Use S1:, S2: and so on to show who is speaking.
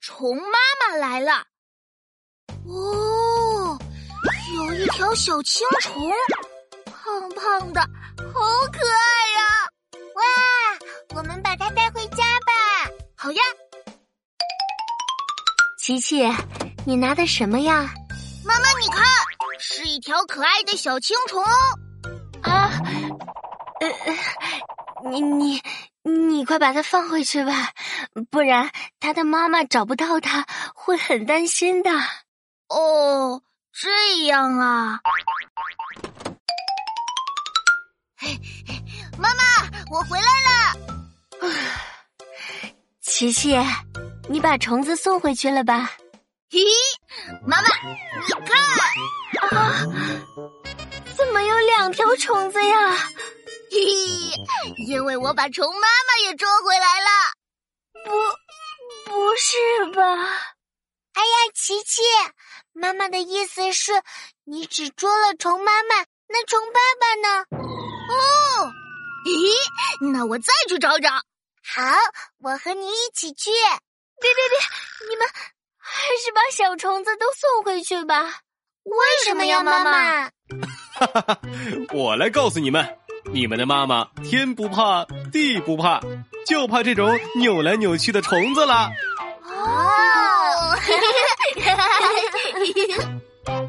S1: 虫妈妈来了。
S2: 哦，有一条小青虫，胖胖的，好可爱呀、
S3: 哇，我们把它带回家吧。
S2: 好呀，
S4: 琪琪，你拿的什么呀？
S2: 妈妈你看，是一条可爱的小青虫哦。
S4: 啊，呃，你你你快把它放回去吧，不然它的妈妈找不到它会很担心的。
S2: 哦，这样啊。
S4: 哎
S2: 妈妈，我回来了。
S4: 琪琪，你把虫子送回去了吧？
S2: 嘿嘿，妈妈，你看，
S4: 啊怎么有两条虫子呀？
S2: 嘿嘿，因为我把虫妈妈也捉回来了。
S4: 不是吧？
S3: 哎呀，琪琪，妈妈的意思是，你只捉了虫妈妈，那虫爸爸呢？哦
S2: 咦，那我再去找找。
S3: 好，我和你一起去。
S4: 还是把小虫子都送回去吧。
S3: 为
S2: 什么呀妈妈
S3: 妈？
S5: 我来告诉你们，你们的妈妈天不怕地不怕，就怕这种扭来扭去的虫子啦。
S2: 哦。